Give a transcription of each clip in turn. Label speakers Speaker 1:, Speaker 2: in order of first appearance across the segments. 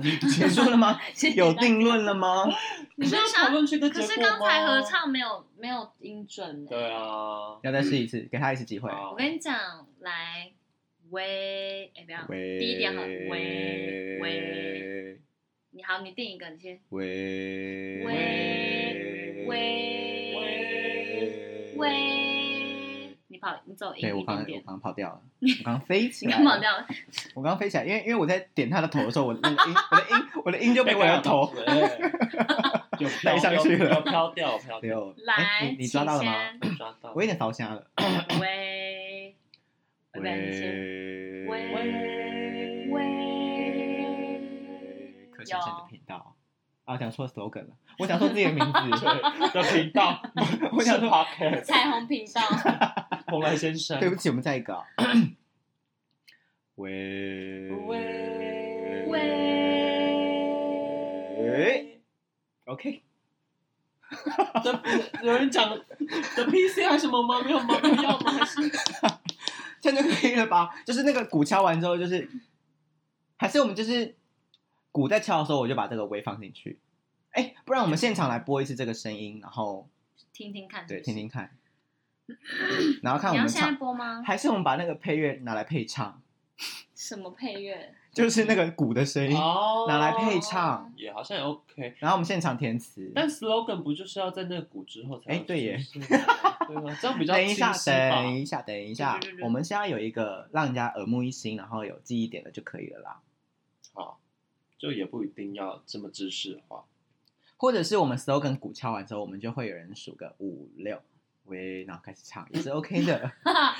Speaker 1: 你结束了吗？
Speaker 2: 谢谢
Speaker 1: 有
Speaker 2: 大
Speaker 1: 定论了吗？
Speaker 2: 你
Speaker 3: 是
Speaker 2: 知道
Speaker 3: 想
Speaker 2: 讨论区的结
Speaker 3: 可
Speaker 2: 果吗？
Speaker 3: 是刚才合唱没有没有音准、欸。
Speaker 2: 对啊，
Speaker 1: 要再试一次，给他一次机会。
Speaker 2: 好
Speaker 3: 我跟你讲，来，喂，哎、不要，
Speaker 1: 喂，
Speaker 3: 低一点好喂喂你好，你定一个，你先，
Speaker 1: 喂
Speaker 3: 喂喂喂，你跑，你走音
Speaker 1: 哎对我
Speaker 3: 一
Speaker 1: 刚
Speaker 3: 点点
Speaker 1: 刚我刚，刚跑掉了，我刚刚飞起
Speaker 3: 你
Speaker 1: 来
Speaker 3: 干嘛
Speaker 1: 了，
Speaker 3: 这样？
Speaker 1: 我刚刚飞起来，因为因为我在点他的头的时候，我那个音，我的音，我的音就被我的头
Speaker 2: 就
Speaker 1: 带上去了
Speaker 2: 飘掉飘
Speaker 1: 没
Speaker 2: 掉，
Speaker 1: 有。哎
Speaker 3: 来，
Speaker 1: 你你抓到了吗？
Speaker 3: 请
Speaker 2: 抓到
Speaker 1: 我有点烧瞎了。
Speaker 3: 先？喂，拜拜，你先。
Speaker 1: 喂
Speaker 3: 喂喂
Speaker 1: 柯先生的频道啊，我想说 slogan 了，我想说自己的名字，
Speaker 2: 对的频道，
Speaker 1: 我想
Speaker 2: 是
Speaker 1: 说
Speaker 2: podcast
Speaker 3: 彩虹频 道，
Speaker 2: 蓬莱先生，
Speaker 1: 对不起，我们再一个啊。喂
Speaker 2: 喂
Speaker 1: 喂，OK，
Speaker 2: 这有人讲的 PC 还是什么吗？没有吗？没有吗？还是
Speaker 1: 这样就可以了吧？就是那个鼓敲完之后，就是还是我们就是鼓在敲的时候，我就把这个微放进去。哎，不然我们现场来播一次这个声音，然后
Speaker 3: 听听看，
Speaker 1: 对
Speaker 3: 是
Speaker 1: 听
Speaker 3: 不是。
Speaker 1: 听看，然后看
Speaker 3: 你
Speaker 1: 我
Speaker 3: 要
Speaker 1: 们
Speaker 3: 现在
Speaker 1: 唱，
Speaker 3: 播吗？
Speaker 1: 还是我们把那个配乐拿来配唱，
Speaker 3: 什么配乐？
Speaker 1: 就是那个鼓的声音
Speaker 2: 哦
Speaker 1: 哎拿来配唱，
Speaker 2: 也好像也 OK。
Speaker 1: 然后我们现场填词。
Speaker 2: 但 slogan 不就是要在那个鼓之后才
Speaker 1: 哎
Speaker 2: 要
Speaker 1: 对耶
Speaker 2: 出现吗，对吗？这样比较
Speaker 1: 等一下，
Speaker 2: 清晰吧
Speaker 1: 等一下，等一下
Speaker 3: 对对，对
Speaker 1: 我们现在有一个让人家耳目一新，然后有记忆点的就可以了啦。
Speaker 2: 好，就也不一定要这么知识化。
Speaker 1: 或者是我们 slogan 鼓敲完之后，我们就会有人数个五六，喂，然后开始唱也是 OK 的，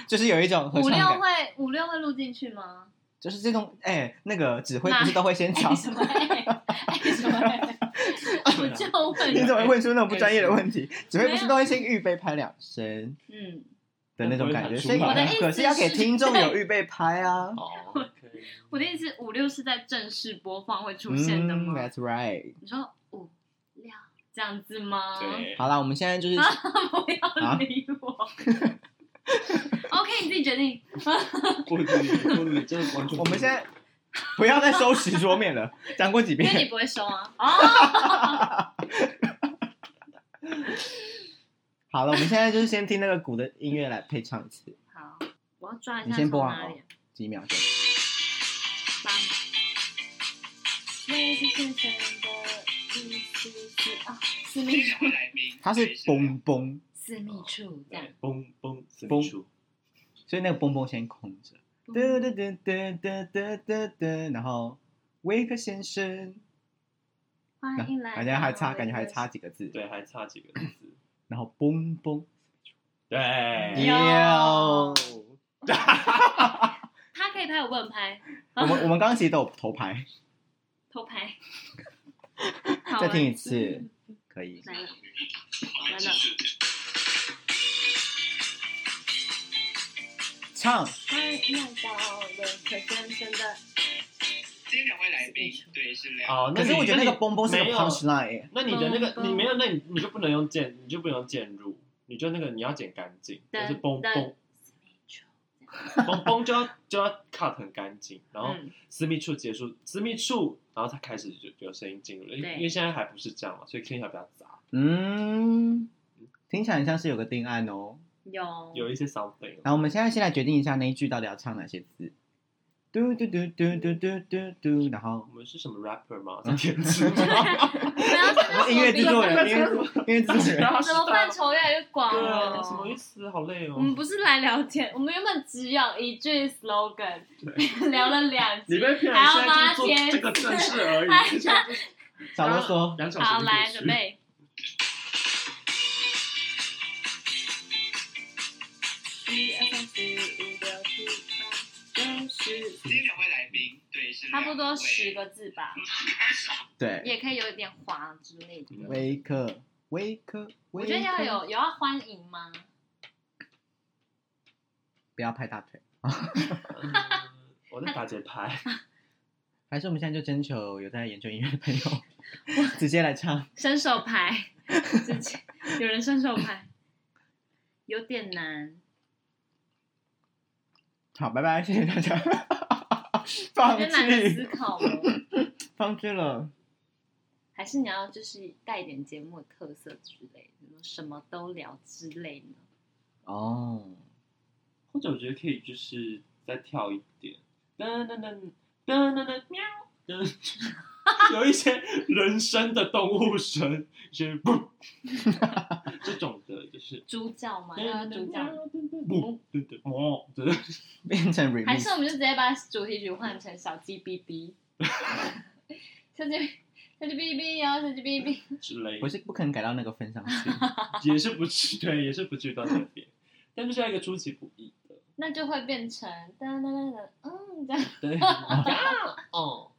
Speaker 1: 就是有一种合
Speaker 3: 五
Speaker 1: 唱
Speaker 3: 六
Speaker 1: 感，
Speaker 3: 会五六会录进去 吗？
Speaker 1: 就是这种哎、那个指挥
Speaker 3: 哪
Speaker 1: 不是都会先
Speaker 3: 哎
Speaker 1: 敲？
Speaker 3: 什么哎？哎什 么哎？ 我就问
Speaker 1: 啊你怎么问出那种不专业的问题？指挥
Speaker 3: 没
Speaker 1: 不
Speaker 3: 有
Speaker 1: 是都会先预备拍两声
Speaker 3: 嗯，
Speaker 1: 的那种感觉，
Speaker 2: 我
Speaker 1: 所以
Speaker 2: 我的意
Speaker 3: 思
Speaker 1: 可是要给
Speaker 3: 是
Speaker 1: 听众有预备拍啊。
Speaker 2: 哦，可以。
Speaker 3: 我的意思，五六是在正式播放会出
Speaker 1: 嗯
Speaker 3: 现的吗？
Speaker 1: ，That's right。
Speaker 3: 你说五六这样子吗？
Speaker 2: 对，
Speaker 1: 好啦，我们现在就是
Speaker 3: 啊，不要理 我。OK，你自己决定。
Speaker 2: 不理不理，就是完全不理。
Speaker 1: 我们现在不要再收拾桌面了，讲过几
Speaker 3: 因为你。
Speaker 1: 遍
Speaker 3: 不会收 啊。哦，
Speaker 1: 好了，我们现在就是先听那个鼓的音乐来配唱一次，
Speaker 3: 好，我要抓一
Speaker 1: 你
Speaker 3: 下
Speaker 1: 先
Speaker 3: 从
Speaker 1: 播
Speaker 3: 哪
Speaker 1: 啊
Speaker 3: 里啊。
Speaker 1: 几秒钟。
Speaker 3: 八那是先生的意思是啊，私密处，
Speaker 1: 它是嘣嘣，
Speaker 3: 私密处这样
Speaker 2: 对。嘣嘣
Speaker 1: 嘣
Speaker 2: 嘣
Speaker 1: 所以那个嘣嘣先空着。
Speaker 3: 嗯
Speaker 1: 噔噔噔噔噔噔噔噔，然后威克先生，
Speaker 3: 欢迎来到
Speaker 1: 感觉还差，感觉还差几个字。
Speaker 2: 对，还差几 个字。
Speaker 1: 然后嘣嘣，
Speaker 2: 对，
Speaker 1: 哟
Speaker 3: 哟，他可以拍，我不能拍，
Speaker 1: 我们我们刚刚其实都有头牌，
Speaker 3: 偷拍。好 啊
Speaker 1: 再听一
Speaker 3: 来
Speaker 1: 次，可以。
Speaker 3: 来了，来了，
Speaker 1: 唱，
Speaker 3: 欢迎来到了可先生的
Speaker 4: 今天两位来宾，对，是两
Speaker 2: 哦，那
Speaker 1: 啊可是
Speaker 2: 你
Speaker 1: 我觉得
Speaker 2: 那
Speaker 1: 那
Speaker 2: 你
Speaker 1: 个嘣嘣是
Speaker 2: 没
Speaker 1: 个欸
Speaker 2: 有
Speaker 1: punch line，
Speaker 2: 那你的那个
Speaker 3: 嘣嘣
Speaker 2: 你没有，那你你就不能用剪，你就不能用剪入，你就那个你要剪干净，就
Speaker 3: 噔
Speaker 2: 是嘣
Speaker 3: 噔
Speaker 2: 嘣
Speaker 3: 私密处。
Speaker 2: 嘣嘣就要就要 cut 很干净，然
Speaker 1: 哦
Speaker 2: 后
Speaker 3: 嗯，
Speaker 2: 私密处结束，私密处，然后才开始就有声音进入了，因
Speaker 3: 对
Speaker 2: 因为现在还不是这样嘛，所以听起来比较杂，
Speaker 1: 嗯，听起来很像是有个定案哦。
Speaker 3: 有
Speaker 2: 有一些 something
Speaker 1: 然后我们现在先来决定一下那一句到底要唱哪些字。嘟嘟嘟嘟嘟嘟嘟嘟，然后
Speaker 2: 我们是什么 rapper 吗？在填词 吗？
Speaker 3: 不要这个
Speaker 1: 音乐制作人，
Speaker 2: 人
Speaker 1: 音乐音乐制作人，
Speaker 3: 怎么范畴越来越广
Speaker 2: 啊对
Speaker 3: 了
Speaker 2: 啊，？什么意思？好累哦
Speaker 3: 我。们哦嗯不是来聊天，我们原本只有一句 slogan，聊 了两
Speaker 2: 你
Speaker 3: 句。
Speaker 2: 被骗了，
Speaker 3: 还要
Speaker 2: 现在
Speaker 3: 吗
Speaker 2: 就做
Speaker 3: 填
Speaker 2: 这个正事 而
Speaker 3: 还
Speaker 2: 已。
Speaker 1: 少啰嗦。
Speaker 2: 两小时
Speaker 3: 好，
Speaker 2: 就
Speaker 3: 来
Speaker 2: 过去
Speaker 3: 准。备。一二三四五六七八九十，
Speaker 4: 今天两位来宾，对，是
Speaker 3: 差不多十个字吧，
Speaker 1: 对，
Speaker 3: 也可以有一点滑之类的。
Speaker 2: 嗯
Speaker 1: 威克，威克，
Speaker 3: 我
Speaker 1: 威
Speaker 3: 觉得要
Speaker 1: 克
Speaker 3: 有有要欢迎吗？
Speaker 1: 不要拍大腿。
Speaker 2: 嗯我在打节拍，
Speaker 1: 还是我们现在就征求有在研究音乐的朋友，直接来唱。
Speaker 3: 伸 手牌，直接有人伸手牌，有点难。
Speaker 1: 好，拜拜，谢谢大家。
Speaker 3: 我
Speaker 1: 放
Speaker 3: 觉得
Speaker 1: 弃。
Speaker 3: 懒得思考了。哦
Speaker 1: 方君了，
Speaker 3: 还是你要就是带一点节目的特色之类的，比如什么都聊之类呢？
Speaker 1: 哦，
Speaker 2: 或者我觉得可以就是再跳一点，噔噔噔噔噔噔喵，噔 有一些人声的动物声，就是不这种的，就是
Speaker 3: 猪叫吗？要
Speaker 2: 噔噔
Speaker 3: 猪叫吗，
Speaker 2: 不对对哦，对
Speaker 1: 变成
Speaker 3: 还是
Speaker 1: remix，
Speaker 3: 我们就直接把主题曲换成小鸡哔哔，小鸡小鸡哔哔哟，小鸡哔哔。
Speaker 2: 之类
Speaker 1: 不是不可能改到那个份上去。
Speaker 2: 也是不至对，也是不至于到那边，但就是要一个出其不意的，
Speaker 3: 那就会变成噔噔噔噔，嗯，这样，
Speaker 2: 对，啊哦，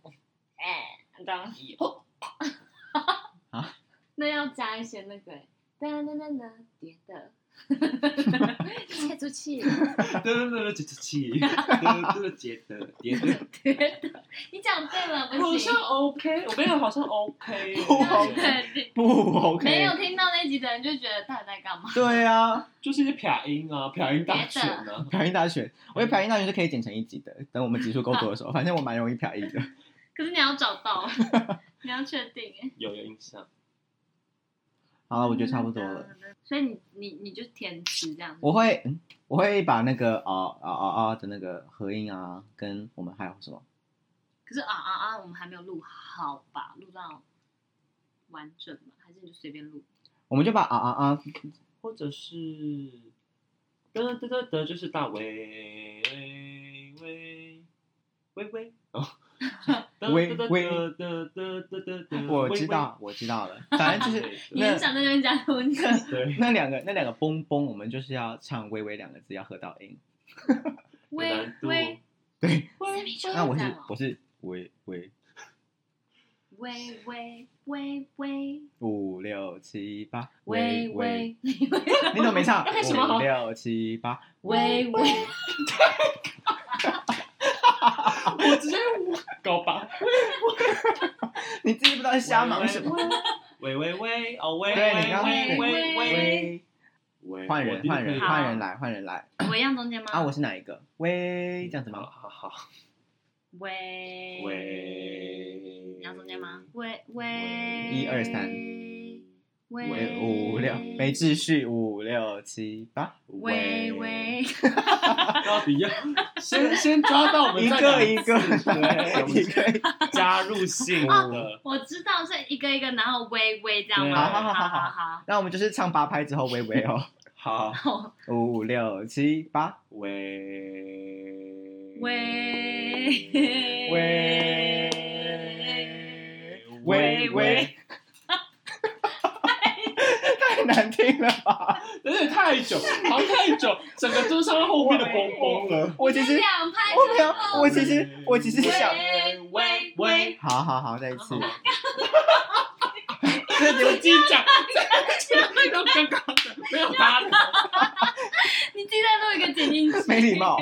Speaker 3: 哎、这样，
Speaker 2: 一
Speaker 3: 那要加一些那个噔噔噔噔别的， 接住气，
Speaker 2: 噔噔噔噔这这气，噔噔噔杰德杰 德，
Speaker 3: 别的，你讲对了，
Speaker 2: 好
Speaker 3: 不行
Speaker 2: 像，OK，我没有好像 OK，
Speaker 1: 不
Speaker 3: 那
Speaker 1: 好
Speaker 3: 对
Speaker 1: 不 OK，
Speaker 3: 没有听到那集的人就觉得到底在干嘛？
Speaker 1: 对啊，
Speaker 2: 就是一些撇音啊，撇音大全啊，
Speaker 1: 漂音大学，我觉得漂音大学是可以剪成一集的。等我们集数够多的时候，反正我蛮容易漂音的。
Speaker 3: 可是你要找到， 你要确定，哎
Speaker 2: 有有印象。
Speaker 1: 好了，我觉得差不多了。。
Speaker 3: 所以你你你就填词这样子，
Speaker 1: 我会，嗯我会把那个啊啊啊啊的那个合音啊，跟我们还有什么？
Speaker 3: 可是啊啊啊，我们还没有录好吧？录到完整吗？还是你就随便录？
Speaker 1: 我们就把啊啊啊，
Speaker 2: 或者是得得得得，就是大喂喂喂喂哦，
Speaker 1: 喂
Speaker 2: 得得得得得得，
Speaker 1: 我知道，我知道了。反正就是
Speaker 2: 对
Speaker 3: 你
Speaker 1: 那
Speaker 3: 很想在那边加东 西。
Speaker 2: 对，
Speaker 1: 那两个那两个嘣嘣，我们就是要唱“微微”两个字，要合到音。
Speaker 3: 微
Speaker 2: 哦
Speaker 3: 微
Speaker 1: 对，
Speaker 3: 微
Speaker 1: 那啊我是我
Speaker 3: 微
Speaker 1: 是微微
Speaker 3: 微微微微
Speaker 1: 五六七八
Speaker 3: 微
Speaker 1: 微，
Speaker 3: 微
Speaker 1: 你怎么 没唱？
Speaker 2: 那什么
Speaker 1: 五六七八
Speaker 3: 微微，
Speaker 2: 我直接搞吧，
Speaker 1: 你自己不知道在瞎忙什么。
Speaker 2: 喂喂喂哦 喂喂喂喂
Speaker 3: 喂
Speaker 2: 喂，
Speaker 1: 换人，换人，换人来，换人来
Speaker 3: 我一样中间吗？
Speaker 1: 啊！我是哪一个？喂，这样子
Speaker 2: 嗯好
Speaker 1: 吗？
Speaker 2: 好好，
Speaker 3: 微
Speaker 2: 喂，
Speaker 3: 你要中间吗？？微微
Speaker 1: 一二三喂，
Speaker 3: 微
Speaker 1: 五六
Speaker 2: 嗯
Speaker 1: 没秩序，五六七八，
Speaker 3: 微微
Speaker 2: 到底要先 先抓到我们
Speaker 1: 一
Speaker 2: 在哪
Speaker 1: 个一个来，
Speaker 2: 对
Speaker 1: 一个 一个，
Speaker 2: 加入性
Speaker 1: 啊
Speaker 2: 的，
Speaker 3: 我知道是一个一个，然后微微这样
Speaker 2: 对
Speaker 3: 吗？好
Speaker 1: 好好好
Speaker 3: 好好
Speaker 1: 那我们就是唱八拍之后，微微哦，
Speaker 2: 好，
Speaker 3: 好，
Speaker 1: 五六七八，
Speaker 2: 喂
Speaker 3: 微
Speaker 1: 喂
Speaker 2: 喂
Speaker 1: 微微， 太难听了吧？
Speaker 2: 有点太久，好像太 久，整个都上后面的嘣嘣了。
Speaker 1: 我其实
Speaker 3: 两拍
Speaker 1: 我没有，我其实我其实想，
Speaker 3: 喂喂喂，
Speaker 1: 好好好，再一次，
Speaker 2: 这你们自己讲，这个刚刚的没有搭的，
Speaker 3: 你自己再录一个剪进去，
Speaker 1: 没礼貌。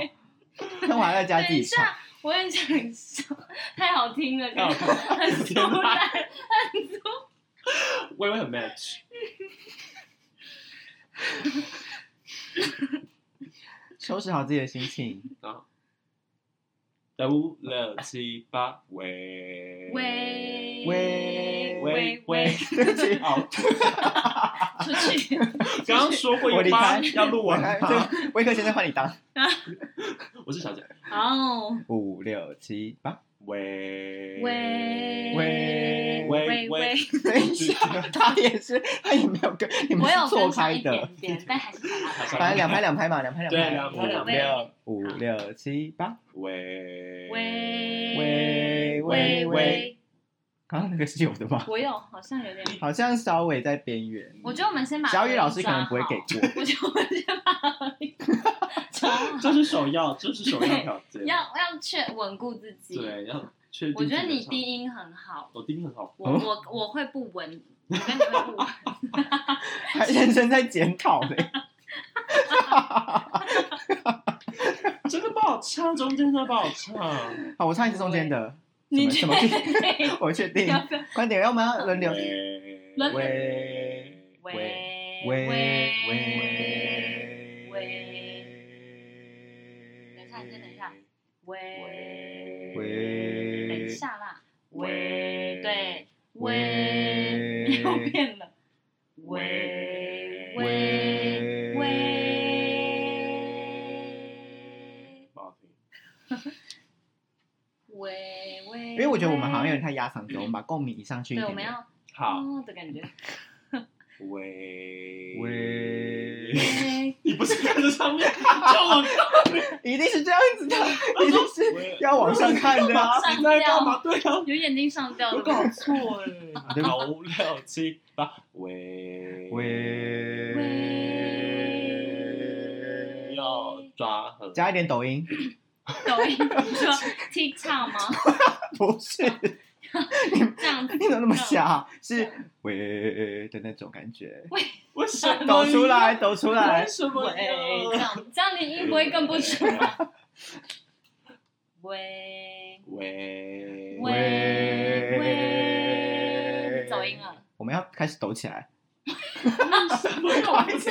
Speaker 1: 那我还要加自
Speaker 3: 等一
Speaker 1: 己唱，
Speaker 3: 下，我很想笑，太好听 了，
Speaker 2: 太好听了
Speaker 3: 很突然，很突
Speaker 2: 微微很 match，
Speaker 1: 收拾好自己的心情。
Speaker 2: 五啊六七八，喂
Speaker 3: 喂
Speaker 1: 喂
Speaker 2: 喂 喂，
Speaker 1: 对不起，
Speaker 2: 好，
Speaker 3: 出去，
Speaker 2: 刚刚说过
Speaker 1: 我
Speaker 2: 有
Speaker 1: 离
Speaker 2: 八
Speaker 1: 开，
Speaker 2: 要录完
Speaker 1: 来，
Speaker 2: 吗？
Speaker 1: 这威克先生换你当。
Speaker 2: 我是小姐，
Speaker 3: 哦，
Speaker 1: 五六七八，
Speaker 2: 喂
Speaker 3: 喂
Speaker 1: 喂
Speaker 2: 喂喂，
Speaker 1: 等一下，他也是，他也没有 跟 你
Speaker 3: 我
Speaker 1: 们
Speaker 3: 有
Speaker 1: 是错
Speaker 3: 分享
Speaker 1: 开
Speaker 3: 一
Speaker 1: 的，
Speaker 3: 点点，但还是把它
Speaker 1: 反正两拍两拍嘛，两拍
Speaker 2: 对
Speaker 1: 两
Speaker 2: 两拍两
Speaker 1: 五
Speaker 2: 拍
Speaker 1: 六五六七八，
Speaker 2: 喂
Speaker 3: 喂
Speaker 1: 喂
Speaker 3: 喂
Speaker 1: 喂喂，
Speaker 3: 喂，
Speaker 1: 刚刚那个是有的吧？
Speaker 3: 我有好像有点，
Speaker 1: 好像稍微在边缘，
Speaker 3: 我觉得我们先把
Speaker 1: 小雨老师可能不会给过。
Speaker 3: 我就我先把 抓
Speaker 2: 这是首要，这是首要条件。
Speaker 3: 要要确稳固自己。
Speaker 2: 对，要确定。
Speaker 3: 我觉得你低，音很好，
Speaker 2: 我低音很好。
Speaker 1: 哦
Speaker 3: 我我我会不稳，我跟你会不稳。
Speaker 1: 还认真在检讨呢。
Speaker 2: 真的不好唱，中间真的不好 唱。
Speaker 1: 好，我唱一次中间的，
Speaker 3: 你
Speaker 1: 什
Speaker 3: 确
Speaker 1: 么什么
Speaker 3: 定？
Speaker 1: 我确 定，
Speaker 3: 要不要
Speaker 1: 快点，要不要轮流？
Speaker 2: 喂
Speaker 3: 轮流
Speaker 1: 喂
Speaker 3: 喂
Speaker 1: 喂
Speaker 3: 喂
Speaker 1: 喂
Speaker 3: 等一下你先等一下喂
Speaker 1: 喂
Speaker 3: 等一下啦，喂
Speaker 1: 因为我觉得我们好像有点太压嗓子，我们把共鸣移上去一
Speaker 3: 对，我们
Speaker 1: 点点。
Speaker 3: 要
Speaker 2: 好，
Speaker 3: 哦的感觉。
Speaker 2: 喂
Speaker 1: 喂，
Speaker 2: 你不是看着上面，叫我
Speaker 1: 一定是这样子 的，一定是
Speaker 2: 喂
Speaker 1: 要往上看的
Speaker 2: 干嘛你在干嘛？对啊，
Speaker 3: 有眼睛上吊
Speaker 2: 有
Speaker 3: 的
Speaker 2: 搞
Speaker 3: 吗？
Speaker 2: 错哎，九六七八，喂
Speaker 1: 喂
Speaker 2: 要抓很
Speaker 1: 加一点抖音，
Speaker 3: 抖音说 TikTok 吗？
Speaker 1: 不是，
Speaker 3: 这样子
Speaker 1: 你怎么那么瞎？是喂的那种感觉，
Speaker 2: 为什么
Speaker 1: 抖出来，抖出来
Speaker 2: 为。什么
Speaker 3: 喂，这
Speaker 2: 要
Speaker 3: 样这样你音不会更不出来。喂
Speaker 2: 喂
Speaker 3: 喂喂，你走音了，
Speaker 1: 我们要开始抖起来，
Speaker 2: 什么东西？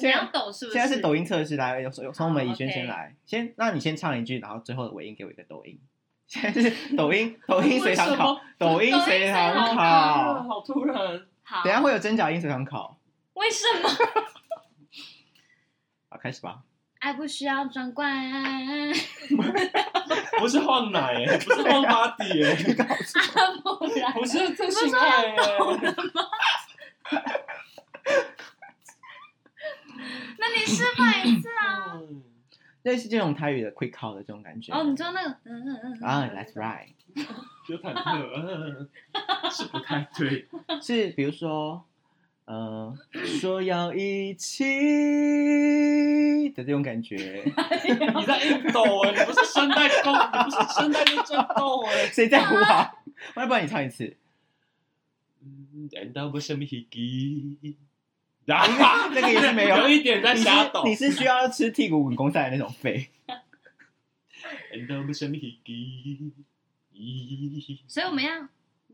Speaker 3: 你要抖是不
Speaker 1: 现
Speaker 3: 是？
Speaker 1: 在是抖音测试，啊来，有从从我们
Speaker 3: 好
Speaker 1: 以轩先
Speaker 3: OK
Speaker 1: 来，先，那你先唱一句，然后最后的尾音给我一个抖音。现在是抖 音，抖音随堂考，抖音随堂考，
Speaker 2: 好突然，
Speaker 3: 好。
Speaker 1: 等一下会有真假音随堂考，
Speaker 3: 为什么？
Speaker 1: 好，开始吧。
Speaker 3: 爱不需要装 乖，啊
Speaker 2: 不是晃奶哎，不是晃 body 哎，
Speaker 3: 不然
Speaker 2: 不是这性爱哎，
Speaker 3: 那你示范一次啊！
Speaker 1: 类似这种台语的 quick call 的这种感觉。
Speaker 3: 哦，你说那个，嗯嗯嗯，
Speaker 1: 啊，That's right，
Speaker 2: 有忐忑，嗯是不太对。
Speaker 1: 是比如说，呃，说要一起的这种感觉。
Speaker 2: 你在硬抖哎，你不是声带动，你不是声带就震动哎。
Speaker 1: 谁在乎啊？要不然你唱一次，
Speaker 2: 难道不是米奇？
Speaker 1: 那个也是没有
Speaker 2: 有一点在
Speaker 1: 你
Speaker 2: 瞎抖。
Speaker 1: 是你是需要吃剔骨滚弓赛的那种肺，
Speaker 2: 难道不是米奇？咦，
Speaker 3: 所以我们要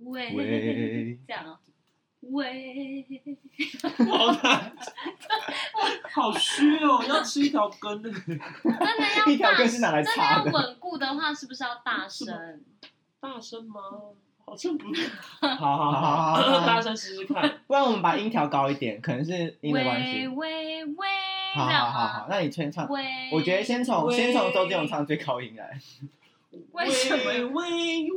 Speaker 3: 喂
Speaker 1: 喂
Speaker 3: 这样啊，喂，
Speaker 2: 好难，好虚哦，要吃一条根的。
Speaker 3: 真的 要
Speaker 1: 一条
Speaker 3: 大
Speaker 1: 根是拿来
Speaker 3: 真的要
Speaker 1: 插的。
Speaker 3: 稳固的话，是不是要大声？
Speaker 2: 大声吗？好像不对。好好
Speaker 1: 好 好好
Speaker 2: 好，大声试试 看。
Speaker 1: 不然我们把音调高一点，可能是音的关
Speaker 3: 喂
Speaker 1: 系。
Speaker 3: 喂喂，这
Speaker 1: 好
Speaker 3: 样
Speaker 1: 好好
Speaker 3: 吗
Speaker 1: 好，？那你先唱。
Speaker 3: 喂，
Speaker 1: 我觉得先从
Speaker 2: 喂
Speaker 1: 先从周杰伦唱最高音来，
Speaker 3: 为什么
Speaker 2: 喂喂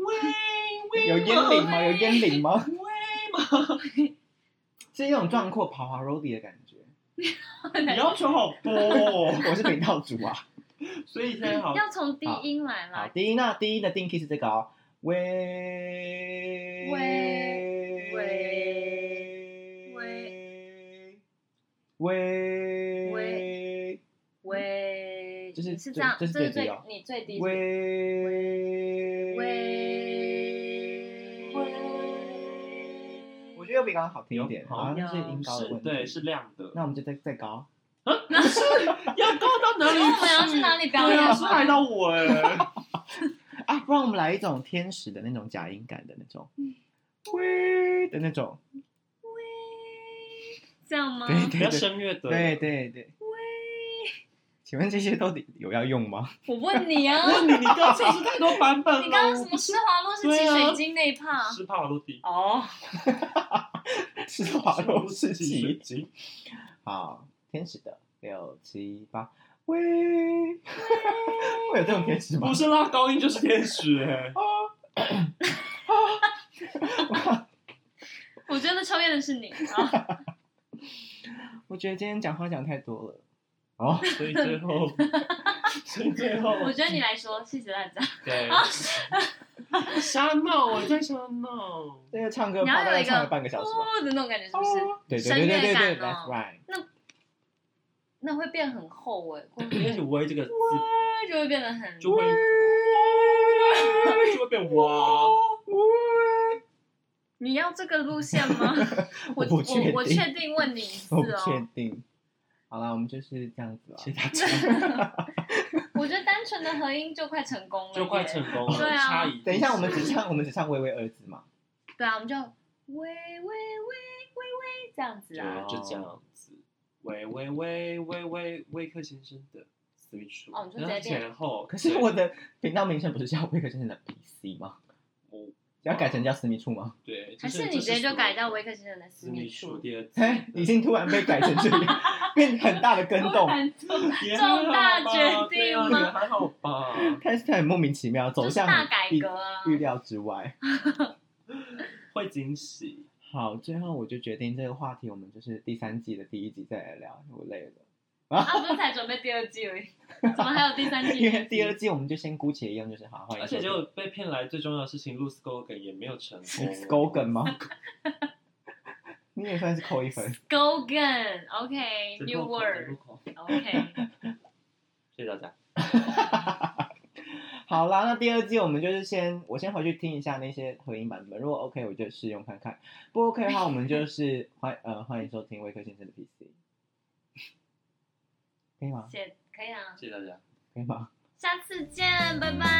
Speaker 2: 喂
Speaker 1: 有烟
Speaker 2: 喂
Speaker 1: 铃吗？有烟铃吗？
Speaker 2: 吗？
Speaker 1: 是一种壮阔豪华 roadie 的感觉。
Speaker 2: 你要求好多哦，
Speaker 1: 我是频道主啊。
Speaker 2: 所以现在好
Speaker 3: 要从低音来
Speaker 1: 好，
Speaker 3: 啦，
Speaker 1: 第一那第一的定 key 是这个哦，喂
Speaker 3: 喂
Speaker 1: 喂喂喂
Speaker 3: 喂，
Speaker 1: 就是
Speaker 3: 是这
Speaker 1: 最
Speaker 3: 样，
Speaker 1: 这
Speaker 3: 这
Speaker 1: 是
Speaker 3: 是
Speaker 1: 最低
Speaker 3: 最
Speaker 1: 哦
Speaker 3: 你最低是
Speaker 1: 喂
Speaker 3: 喂
Speaker 1: 我觉得又比刚刚好听一点，
Speaker 2: 好
Speaker 1: 好像是音高的
Speaker 2: 是
Speaker 1: 问题。
Speaker 2: 对，是亮的。
Speaker 1: 那我们就再再高，
Speaker 2: 要高到哪里
Speaker 3: 那我们要去哪里表
Speaker 2: 对
Speaker 3: 演
Speaker 2: 啊，
Speaker 3: 吗？
Speaker 2: 是害到我哎。
Speaker 1: 啊，不然我们来一种天使的那种假音感的那种，喂的那种，
Speaker 3: 这样吗？
Speaker 1: 对
Speaker 2: 比
Speaker 1: 对
Speaker 2: 较
Speaker 1: 对
Speaker 2: 声乐的。
Speaker 1: 对对对。请问这些到底有要 用吗？
Speaker 3: 我问你啊，
Speaker 2: 问你，啊你刚测试太多版本了。
Speaker 3: 你刚刚什么施华洛是
Speaker 2: 对
Speaker 3: 起
Speaker 2: 啊
Speaker 3: 水晶那一趴？
Speaker 2: 是帕瓦罗蒂。
Speaker 3: 哦，
Speaker 1: 施华洛世
Speaker 2: 是水
Speaker 1: 奇，
Speaker 2: 晶。
Speaker 1: 好，天使的六七八，喂， 会有这种天使吗
Speaker 2: 不？是拉高音就是天使哎。
Speaker 3: 我觉得抽烟的是你啊，
Speaker 1: 我觉得今天讲话讲太多了。哦，
Speaker 2: 所以最后，所以最后，
Speaker 3: 我觉得你来说，谢谢大家。
Speaker 2: 对，瞎闹，我在瞎闹。
Speaker 1: 这个唱歌
Speaker 3: 你要
Speaker 1: 大
Speaker 3: 有
Speaker 1: 概
Speaker 3: 一个
Speaker 1: 唱了半个小时吧。
Speaker 3: 哦的那种感觉是不是？
Speaker 1: 对对
Speaker 3: 声
Speaker 1: 对
Speaker 3: 乐
Speaker 1: 对对对
Speaker 3: 感哦
Speaker 1: ，That's right。
Speaker 3: 那会变很厚哎，会不
Speaker 2: 因为你喂这个字，
Speaker 3: 会就会变得很
Speaker 2: 就会就会变哇。
Speaker 3: 你要这个路线吗？我
Speaker 1: 我不
Speaker 3: 我
Speaker 1: 确定
Speaker 3: 我确定问你一次
Speaker 1: 我不确
Speaker 3: 哦。
Speaker 1: 定。好啦，我们就是这样子啦。
Speaker 2: 谢谢 大家，
Speaker 3: 我觉得单纯的合音就快成功了，
Speaker 2: 就快成。功了，
Speaker 3: 对啊
Speaker 2: 差一。
Speaker 1: 等一下，我们只唱我们只唱微微二字嘛。
Speaker 3: 对啊，我们就喂喂喂喂喂这样子啊。
Speaker 2: 对，就这样子。喂喂喂喂喂，威克先生的 Switch，
Speaker 3: 哦你就直接
Speaker 2: 然后
Speaker 3: 变
Speaker 2: 前后，
Speaker 1: 可是我的频道名称不是叫微克先生的 PC 吗？
Speaker 2: 我
Speaker 1: 要改成叫私密处吗？
Speaker 2: 对，这
Speaker 3: 还是你直接就改叫维克先生的 私
Speaker 2: 私
Speaker 3: 密
Speaker 2: 密处
Speaker 3: 处？
Speaker 2: 第二次
Speaker 1: 哎， 已经突然被改成这样，变很大的 跟
Speaker 3: 突
Speaker 1: 动，
Speaker 3: 然做
Speaker 2: 也还好
Speaker 3: 重
Speaker 2: 吧
Speaker 3: 大决
Speaker 2: 啊对啊
Speaker 3: 定吗
Speaker 2: 也还好吧，
Speaker 1: 开始很莫名其妙，走
Speaker 3: 就是
Speaker 1: 向
Speaker 3: 大改
Speaker 1: 预
Speaker 3: 革啊！
Speaker 1: 预料之外。
Speaker 2: 会惊喜。
Speaker 1: 好，最后我就决定这个话题，我们就是第三季的第一集再来聊，我累了。
Speaker 3: 啊，不是才准备第二季而已，怎么还有第三 季？
Speaker 1: 因为第二季我们就先姑且一样，就是好，欢迎
Speaker 2: 而
Speaker 1: 收
Speaker 2: 且结
Speaker 1: 听。
Speaker 2: 果被骗来最重要的事情，Lose Gogan 也没有成功。
Speaker 1: 是 Scogan 吗？ 你也算是扣一分。
Speaker 2: 这
Speaker 3: Gogan，OK，New
Speaker 2: 入口这入
Speaker 3: Word，OK。
Speaker 2: 口
Speaker 3: OK
Speaker 2: 谢谢大家。
Speaker 1: 好啦，那第二季我们就是先，我先回去听一下那些合音版本，如果 OK 我就试用看看，不 OK 的话我们就是欢呃欢迎收听威克先生的 PC，可以吗？
Speaker 3: 写可以啊，啊
Speaker 2: 谢谢大家。
Speaker 1: 可以吗？
Speaker 3: 下次见，拜拜。